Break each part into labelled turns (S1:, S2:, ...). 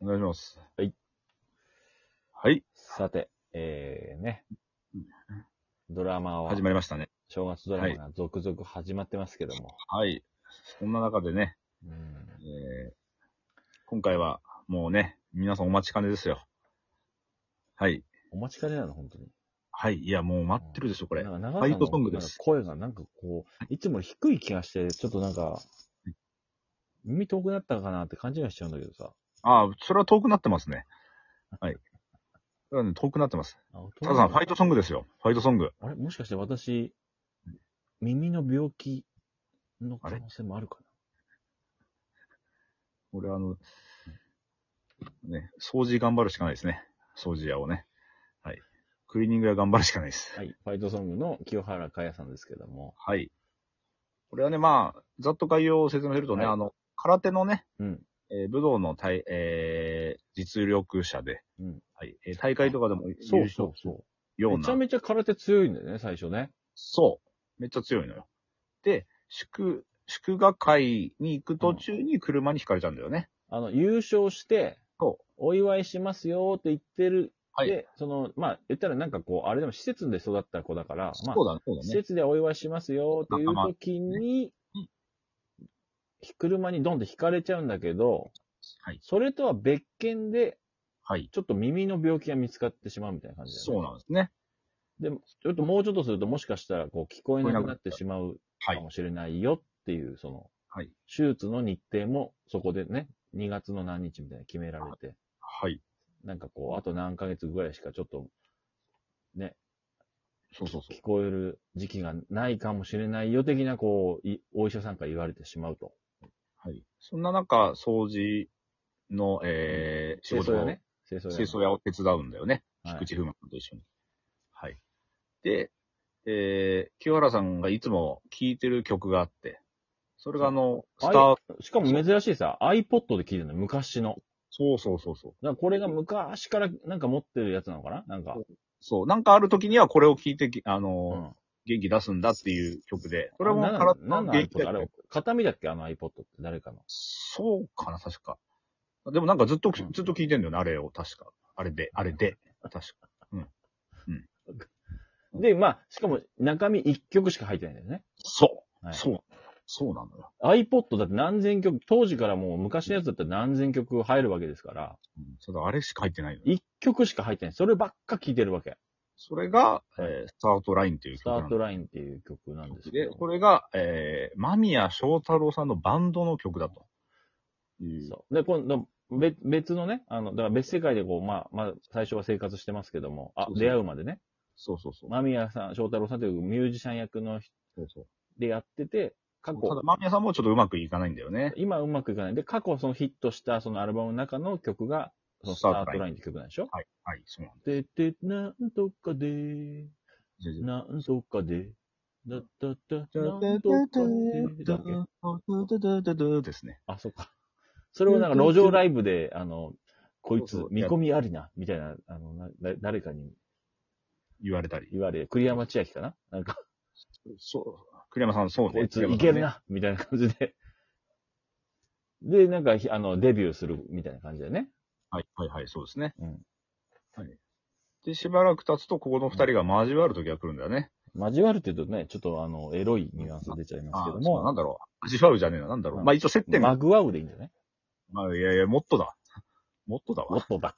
S1: お願いします。
S2: はい。
S1: はい。
S2: さて、えー、ね。ドラマは
S1: 始、まりましたね。
S2: 正月ドラマが続々始まってますけども。
S1: はい。そんな中でね、
S2: うん
S1: えー、今回はもうね、皆さんお待ちかねですよ。はい。
S2: お待ちかねなの、本当に。
S1: はい。いや、もう待ってるでしょ、これ。
S2: な
S1: は
S2: んか長
S1: ファ
S2: さ
S1: イ
S2: の
S1: トソングです
S2: なんか声がなんかこう、いつもより低い気がして、ちょっとなんか、耳遠くなったかなって感じがしちゃうんだけどさ。
S1: ああ、それは遠くなってますね。はい。それはね遠くなってます。たださん、ファイトソングですよ。ファイトソング。
S2: あれもしかして私、耳の病気の可能性もあるか
S1: 俺、あの、ね、掃除頑張るしかないですね。掃除屋をね。はい。クリーニング屋頑張るしかないです
S2: な。。はい。ファイトソングの清原かやさんですけども。
S1: はい。これはね、まあ、ざっと概要を説明するとね、
S2: はい
S1: あの、空手のね、
S2: うん。
S1: えー武道の大、えー実力者で、
S2: うん
S1: はいえー大会とかでも優
S2: そう
S1: 勝す
S2: そう
S1: る
S2: そ
S1: よ
S2: う。
S1: う
S2: め
S1: な。
S2: ちゃめちゃ空手強いんだよね、最初ね。
S1: そう。めっちゃ強いのよ。で、祝、祝賀会に行く途中に車に轢かれちゃうんだよね。
S2: あの、優勝して、
S1: そ
S2: お祝いしますよって言ってる。
S1: はい
S2: で、その、まあ、言ったらなんかこう、あれでも施設で育った子だから、まあ
S1: そ、うだね、そうだ
S2: 施
S1: ね。
S2: 設でお祝いしますよという時に、車にドンって引かれちゃうんだけど、
S1: はい。
S2: それとは別件で、
S1: はい。
S2: ちょっと耳の病気が見つかってしまうみたいな感じだ
S1: そ
S2: よ
S1: うなんですね。
S2: ね。で、ちょっともうちょっとするともしかしたらこう聞こえなくなってしまう
S1: は
S2: か
S1: い。
S2: もしれないよっていう、その、
S1: はい。
S2: 手術の日程もそこでね、2月の何日みたいな決められて、
S1: はい。
S2: なんかこう、あと何ヶ月ぐらいしかちょっと、ね、
S1: そうそうそう
S2: 聞。こえる時期がないかもしれないよ的な、こう、いお医者さんから言われてしまうと。
S1: はい。そんな中、掃除の、えー、仕
S2: 清
S1: 事
S2: 掃
S1: を
S2: 屋ね。清掃屋。
S1: 清掃屋を手伝うんだよね。
S2: はい
S1: 菊池風磨君と一緒に。はい。で、えー、清原さんがいつも聴いてる曲があって、それがあの、スター、
S2: しかも珍しいさ、iPod で聞いてるの、昔の。
S1: そうそうそうそう。
S2: だからこれが昔からなんか持ってるやつなのかななんか。
S1: そう、なんかある時にはこれを聴いてぎ、あのー、
S2: うん
S1: 元気出すんだっていう曲で、それも
S2: あなん
S1: 体
S2: な
S1: の
S2: んの
S1: 元気
S2: iPod あ
S1: で
S2: れ、片身だっけあの iPod って誰かの。
S1: そうかな、確か。でもなんかずっと、
S2: うん
S1: ずっと聴いてんだよね、あれを、確か。あれで、あれで、確か。
S2: で、まあ、しかも中身1曲しか入ってないんだよね。
S1: そう、
S2: はい
S1: そう、そうなのよ。
S2: iPod だって何千曲、当時からもう昔のやつだったら何千曲入るわけですから、
S1: うん、それあれしか入ってないのよ。
S2: 1曲しか入ってない。そればっか聴いてるわけ。
S1: それが、え
S2: はい
S1: ー、スタートラインっていう
S2: ス
S1: 曲
S2: タ
S1: なんだ
S2: ートラインっていう曲なんですけ
S1: で、
S2: ど。
S1: これが、えー、間宮祥太郎さんのバンドの曲だと。いう
S2: そう。で、今度、別別のね、あの、だから別世界でこう、まあ、まあ、最初は生活してますけども、あ
S1: そ、うそう
S2: 出会うまでね、
S1: そうそうそう。
S2: 間宮さん、翔太郎さんというミュージシャン役の人
S1: そうそう
S2: でやってて、過去、
S1: ただ、間宮さんもちょっとうまくいかないんだよね。
S2: 今うまくいかない。で、過去そのヒットしたそのアルバムの中の曲が、そのスタートラインって曲なんでしょ
S1: はい、はい、そうなんだ。
S2: で、で、なんとかで、
S1: じゃじゃ
S2: なんとかで、だだだ、なんとかで、だっけ
S1: ですね。
S2: あ、そっか。それをなんか路上ライブで、あの、こいつ
S1: そうそう
S2: 見込みありな、みたいな、あの、なだ誰かに
S1: 言われたり。
S2: 言われ、栗山千明かななんか、
S1: そう。栗山さん、そう
S2: こ
S1: ね。
S2: いつ
S1: 栗山
S2: い
S1: さ
S2: け
S1: んね
S2: る。な、みたいな感じで。で、なんかひ、あの、デビューするみたいな感じだよね。
S1: はい、はい、はい、そうですね。
S2: うん。
S1: で、しばらく経つと、ここの二人が交わる時が来るんだよね。
S2: 交わるって言うとね、ちょっとあの、エロいニュアンス出ちゃいますけど
S1: そうなん
S2: も、
S1: だろう。交わるじゃねえな、なんだろう。
S2: うん
S1: まあ一応接点が、
S2: マグワウでいいんじゃない
S1: まあいやいや、もっとだ。もっとだ
S2: も
S1: わ。
S2: っとだ。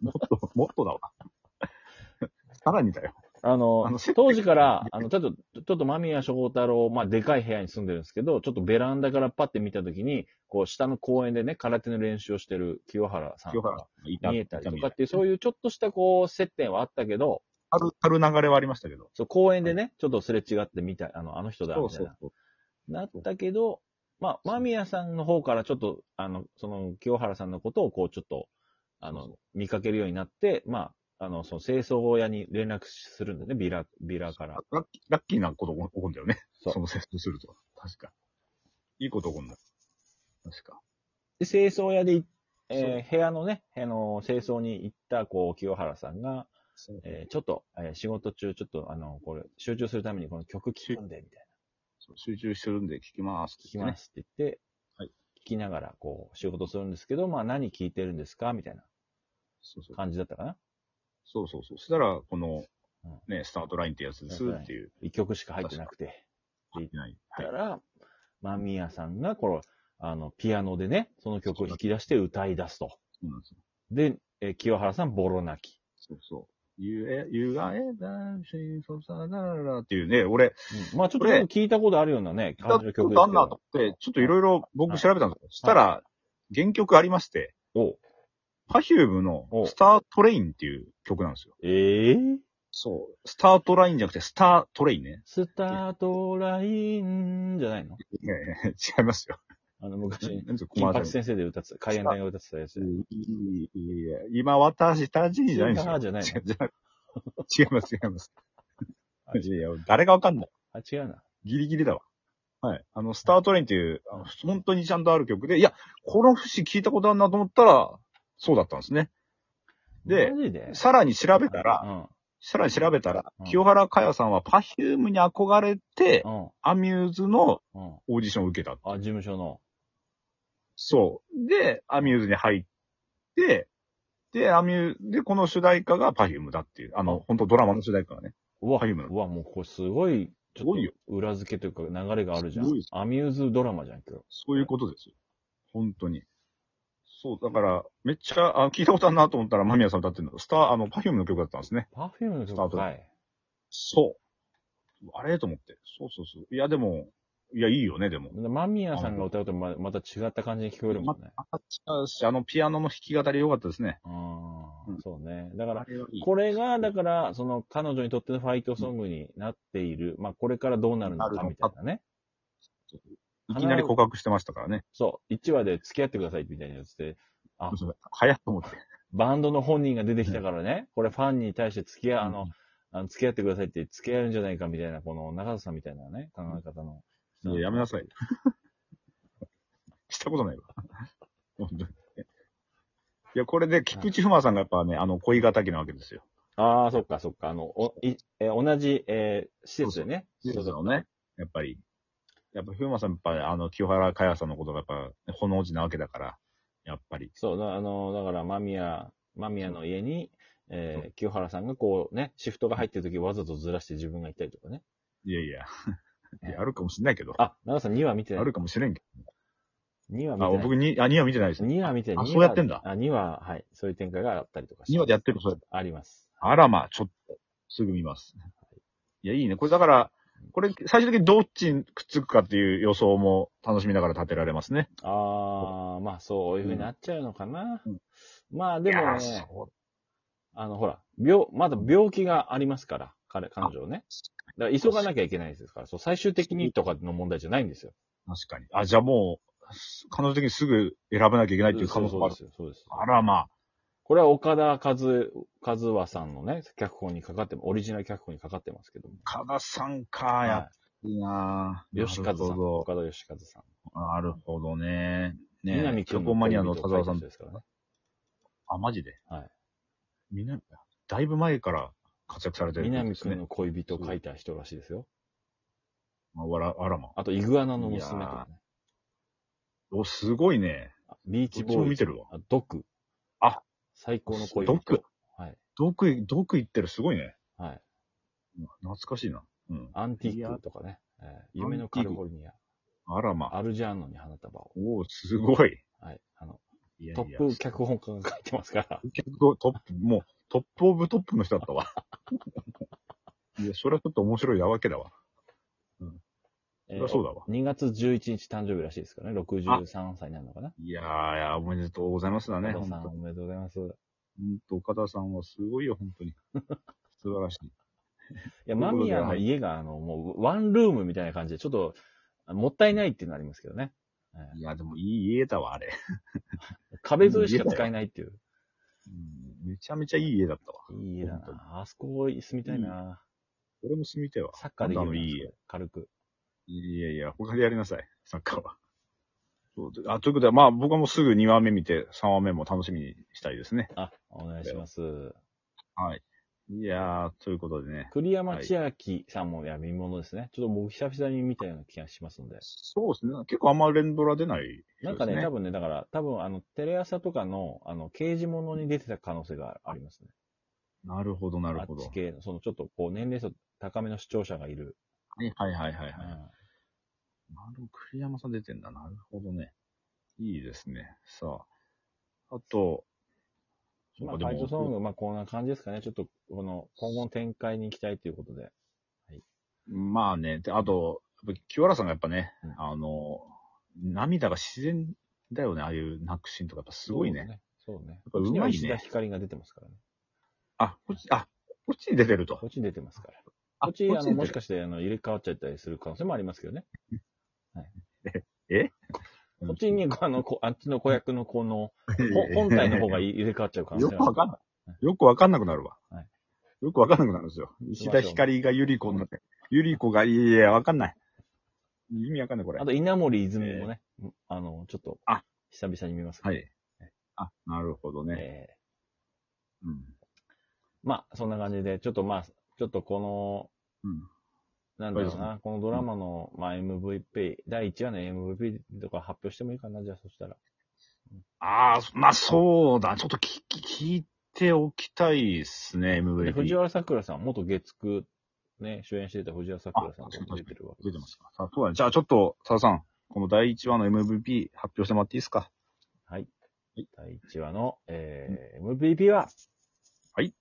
S1: もっと、もっとだわ。 さらにだよ。
S2: あの、
S1: あ の接点
S2: 当時から、あの、ちょっと、ちょっと間宮祥太郎、まあ、でかい部屋に住んでるんですけど、ちょっとベランダからパッて見たときに、こう、下の公園でね、空手の練習をしてる清原さん
S1: 清原
S2: が
S1: がい
S2: 見えたりとか
S1: あ
S2: っていう、そういうちょっとしたこう、接点はあったけど、
S1: る、ある流れはありましたけど。
S2: そう、公園でね、ちょっとすれ違ってみたい、あの、あの人だ、
S1: そう
S2: みた
S1: そ
S2: いうな。
S1: そう。
S2: なったけど、まあ、間宮さんの方からちょっと、あの、その、清原さんのことを、こう、ちょっと、あ
S1: そう
S2: の、見かけるようになって、まあ、あの、その、清掃屋に連絡するんだよね、ビラ、ビラから。
S1: ラッキー、ラッキーなこと起こんだよね。
S2: そ
S1: そうの接触すると。確か。いいこと起こんだ。確か。
S2: で、清掃屋でい、えー部屋のね、部屋の清掃に行った、こう、清原さんが、えーちょっと、えー仕事中、ちょっと、あの、これ、集中するためにこの曲聴くんで、みたいな。
S1: そう集中してるんで聞きます。
S2: 聞きますって言って、
S1: はい
S2: きながら、こう、仕事するんですけど、まあ、何聞いてるんですかみたいな
S1: そうそう。
S2: 感じだったかな。
S1: そうそうそう。そしたら、この
S2: うん、
S1: ね、スタートラインってやつですっていう。
S2: 一曲しか入ってなくて。
S1: 入ってない。
S2: だ
S1: は
S2: か
S1: い。
S2: ら、まあ、ミヤさんが、この、あの、ピアノでね、その曲を引き出して歌い出すと。
S1: そうなんですよ。
S2: で、えー清原さん、ボロ泣き。
S1: そうそう。You, you are e v e r y t h っていうね、俺、
S2: うんまあ、ちょっ
S1: こ
S2: と
S1: れ
S2: 聞いたことあるようなね、
S1: だ
S2: 感
S1: っ
S2: じ
S1: て
S2: の
S1: こと
S2: 曲です
S1: あ
S2: け
S1: ん
S2: ど
S1: なと思って、ちょっといろいろ僕調べたんですよ。そしたら、原曲ありまして、
S2: お
S1: Perfume の
S2: お
S1: スタートレインっていう曲なんですよ。
S2: ええ
S1: そう。スタートラインじゃなくて、スタートレインね。
S2: スタートラインじゃないの
S1: いやいや違いますよ。
S2: あの、昔、
S1: なんですか
S2: 金
S1: ごめん
S2: 八
S1: なさい
S2: 先生で歌ってた、海援隊が歌ってたやつ。
S1: いいいや今私たちじゃないんですよ。
S2: じゃない
S1: 違う違う 違います、違います。いやいや、誰がわかんない。
S2: あ、違うな。
S1: ギリギリだわ。はい。あの、スタートレインっていう、あの本当にちゃんとある曲で、いや、この節聞いたことあるなと思ったら、そうだったんですね。で
S2: マジで
S1: さらに調べたら、さらに調べたら
S2: うん、
S1: 清原かやさんは Perfume に憧れて
S2: う、ん、
S1: アミューズの
S2: うん、うん。
S1: オーディションを受けた。
S2: あ、事務所の。
S1: そう。で、アミューズに入って、で、アミュー、で、この主題歌が Perfume だっていう、あの、本当ドラマの主題歌がね。
S2: うわ、
S1: 俳優なの
S2: うわ、もうこれすごい、ち
S1: すごい
S2: ょ
S1: よ
S2: っと裏付けというか流れがあるじゃん
S1: すごいです。
S2: アミューズドラマじゃん、今日。
S1: そういうことですよ。本当に。そう、だから、めっちゃ、あ聞いたことあるなと思ったら、間宮さん歌ってるの。スター、あの、Perfume の曲だったんですね。
S2: パフュームの
S1: スター
S2: 曲
S1: ト
S2: かい。
S1: そう。あれと思って。そうそうそう。いや、でも、いや、いいよね、でも。
S2: でマミヤさんが歌うとままた違った感じに聞こえるもんね。
S1: あ違うし、あの、ピアノの弾き語り良かったですね。
S2: う
S1: うん
S2: ん、そうね。だから、
S1: れはい
S2: これが、だから、その彼女にとってのファイトソングになっている。まあ、これからどうなるのかみたいなね。
S1: いきなり告白してましたからね。
S2: そう。1話で付き合ってくださいみたいなやつで、あ
S1: そうそう早っと 思って。
S2: バンドの本人が出てきたからね、これファンに対して付き合う、あの、あの付き合ってくださいって付き合えるんじゃないかみたいな、この中田さんみたいなね、考え方の。
S1: いややめなさい。 したことないわ。 本当にいや、これで菊池風磨さんがやっぱね、あの、恋敵なわけですよ。
S2: ああ、そっかそっか。あの、おいえー同じ、えー施設でね。
S1: そうそうね。やっぱり。やっぱ風磨さん、やっぱりあの、清原かやさんのことがやっぱ、ほの字なわけだから、やっぱり。
S2: そうだ、あの、だから、間宮、間宮の家に、えー清原さんがこうね、シフトが入ってる時わざとずらして自分が行ったりとかね。
S1: いやいや。いやあるかもしれないけど。あ
S2: あ、中田さん2話見てない。
S1: るかもしれんけ
S2: 2話
S1: ど。あ、
S2: 見てない。
S1: 僕に、あ、2話見てないです。
S2: 2話見てない。
S1: あそうやってんだ
S2: あ、2話、はい。そういう展開があったりとかして
S1: 2話でやってるのそれ。
S2: あります。
S1: あらま、ちょっと、すぐ見ます。いや、いいね。これだから、これ、最終的にどっちにくっつくかっていう予想も楽しみながら立てられますね。
S2: ああ、まあそういうふうになっちゃうのかな。
S1: うん
S2: まあで
S1: いや
S2: も
S1: ー
S2: ね、
S1: そう
S2: あのほら、病、まだ病気がありますから、彼、彼女をね。だから急がなきゃいけないですから、そう、最終的にとかの問題じゃないんですよ。
S1: 確かに。あ、じゃあもう、彼女的にすぐ選ばなきゃいけないっていう可能性もある
S2: そう。そうですよ、そうです。
S1: あらま
S2: これは岡田和、和和さんのね、脚本にかかって、オリジナル脚本にかかってますけども。
S1: あ、加賀さんか、やっ
S2: は
S1: ぱりな、
S2: い。吉和さ
S1: なる
S2: ん。
S1: ほ
S2: 岡田吉和さん。
S1: ど。なるほどね。ね
S2: 南
S1: チョ
S2: 君
S1: コマニアの田沢さ
S2: 恋
S1: ん
S2: 人。ですからね。
S1: あ、マジで
S2: はい。
S1: 南、だいぶ前から活躍されてるん
S2: 南
S1: です
S2: 君
S1: ね。
S2: の恋人を書いた人らしいですよ。
S1: あら、あらま。
S2: あと、イグアナの娘と
S1: いや
S2: かね。
S1: お、すごいね。
S2: ビーチ
S1: どっ
S2: ボ
S1: ちも
S2: ーイ
S1: 見
S2: ズ
S1: てるわ。
S2: あ、毒。
S1: あ、
S2: 最高の恋人。
S1: 毒。
S2: はい。
S1: 毒、毒言ってる、すごいね。
S2: はい。
S1: うん懐かしいな。うん。
S2: アンティークとかね。えー夢のカリフォルニア。
S1: あらま。
S2: アルジャーノンに花束を。
S1: おおすごい。
S2: はい。あの、
S1: いやい
S2: ト
S1: や
S2: ップ脚本家が書いてますから。
S1: 結構トップ、もう、トップオブトップの人だったわ。 いや、それはちょっと面白いわけだわ。そ
S2: え
S1: りゃそうだわ。
S2: 2月11日誕生日らしいですからね。63歳になるのかな。
S1: いやー、いやおめでとうございますだね、
S2: 岡
S1: 本
S2: 田さ
S1: 当
S2: ん、おめでとうございます。い
S1: 本当岡田さんはすごいよ、本当に。 素晴らしい。
S2: や、
S1: ということで
S2: マミヤの
S1: はい
S2: 家が、あの、もう、ワンルームみたいな感じで、ちょっと、もったいないっていうのありますけどね。え
S1: いや、でもいい家だわ、あれ。
S2: ー壁沿いしか使えないっていう。
S1: うんめちゃめちゃいい家だったわ。
S2: いい家だ
S1: 本当に
S2: な。あそこ住みたいな。
S1: 俺も住みたいわ。
S2: サッカーでき
S1: あの
S2: る
S1: いい家
S2: な。軽く。
S1: いやいや、他でやりなさい、サッカーは。そうであということで、まあ僕はもうすぐ2話目見て3話目も楽しみにしたいですね。
S2: あ、お願いします。
S1: はい。いやー、ということでね。
S2: 栗山千明さんも闇物ですね。ちょっと僕久々に見たような気がしますので。
S1: そうですね。結構あんま連ドラ出ない、
S2: なんかね、多分ね、だから、多分あの、テレ朝とかの、あの、刑事物に出てた可能性がありますね。
S1: なるほど、なるほ
S2: あっ
S1: ど
S2: ち。系の、そのちょっとこう、年齢層高めの視聴者がいる。
S1: はいはいはいはい。はい
S2: うん
S1: なるほど、栗山さん出てんだ。なるほどね。いいですね。さあ。あと、
S2: ま
S1: そ
S2: あ、
S1: う
S2: フ
S1: か
S2: ァ
S1: でも
S2: イトソング、まあ、こんな感じですかね。ちょっと、この、今後の展開に行きたいということで。
S1: まあね、であと、やっぱ清原さんがやっぱね、
S2: うん
S1: あの、涙が自然だよね、ああいうナックシーンとか、やっぱすごいね。
S2: そうね。そうね。
S1: ぱうまいね
S2: こっちには石田光が出てますからね。
S1: あ、こっち、あ、こっちに出てると。
S2: こっちに出てますから。
S1: あ
S2: こっち、あ
S1: に出て
S2: の、
S1: る
S2: もしかして、あの、入れ替わっちゃったりする可能性もありますけどね。はい、
S1: え
S2: こっちに、あの、こあっちの子役の子の、ほ
S1: ほ
S2: 本体の方が入れ替わっちゃう可能
S1: よ
S2: 性
S1: く
S2: があ
S1: わ
S2: る
S1: かんない。よくわかんなくなるわ。
S2: はい
S1: よくわかんなくなるんですよ。石田ひかりがゆり子になって、ゆり子が、いやいや、わかんない。意味わかんない、これ。
S2: あと、稲森泉もね、あの、ちょっと、
S1: あ
S2: 久々に見ますけ
S1: は
S2: ど
S1: い。あ、なるほどね。
S2: えー
S1: うん。
S2: まあ、そんな感じで、ちょっとまあ、ちょっとこの、
S1: うん。
S2: なんだろう
S1: は
S2: な、このドラマの、まあ、MVP、第1話の MVP とか発表してもいいかな、じゃあそしたら。
S1: ああ、まあそうだ。ちょっと聞き、聞いておきたいですね、
S2: で、藤
S1: MVP。
S2: 原さくらさん、元月9、ね、主演してた藤原さくらさんとかも出てるわけ
S1: 出てますか。さあ、そうだね。じゃあちょっと、佐田さん、この第1話の MVP 発表してもらっていいですか。
S2: はい
S1: はい。
S2: 第1話の、えー、MVP は、
S1: はい。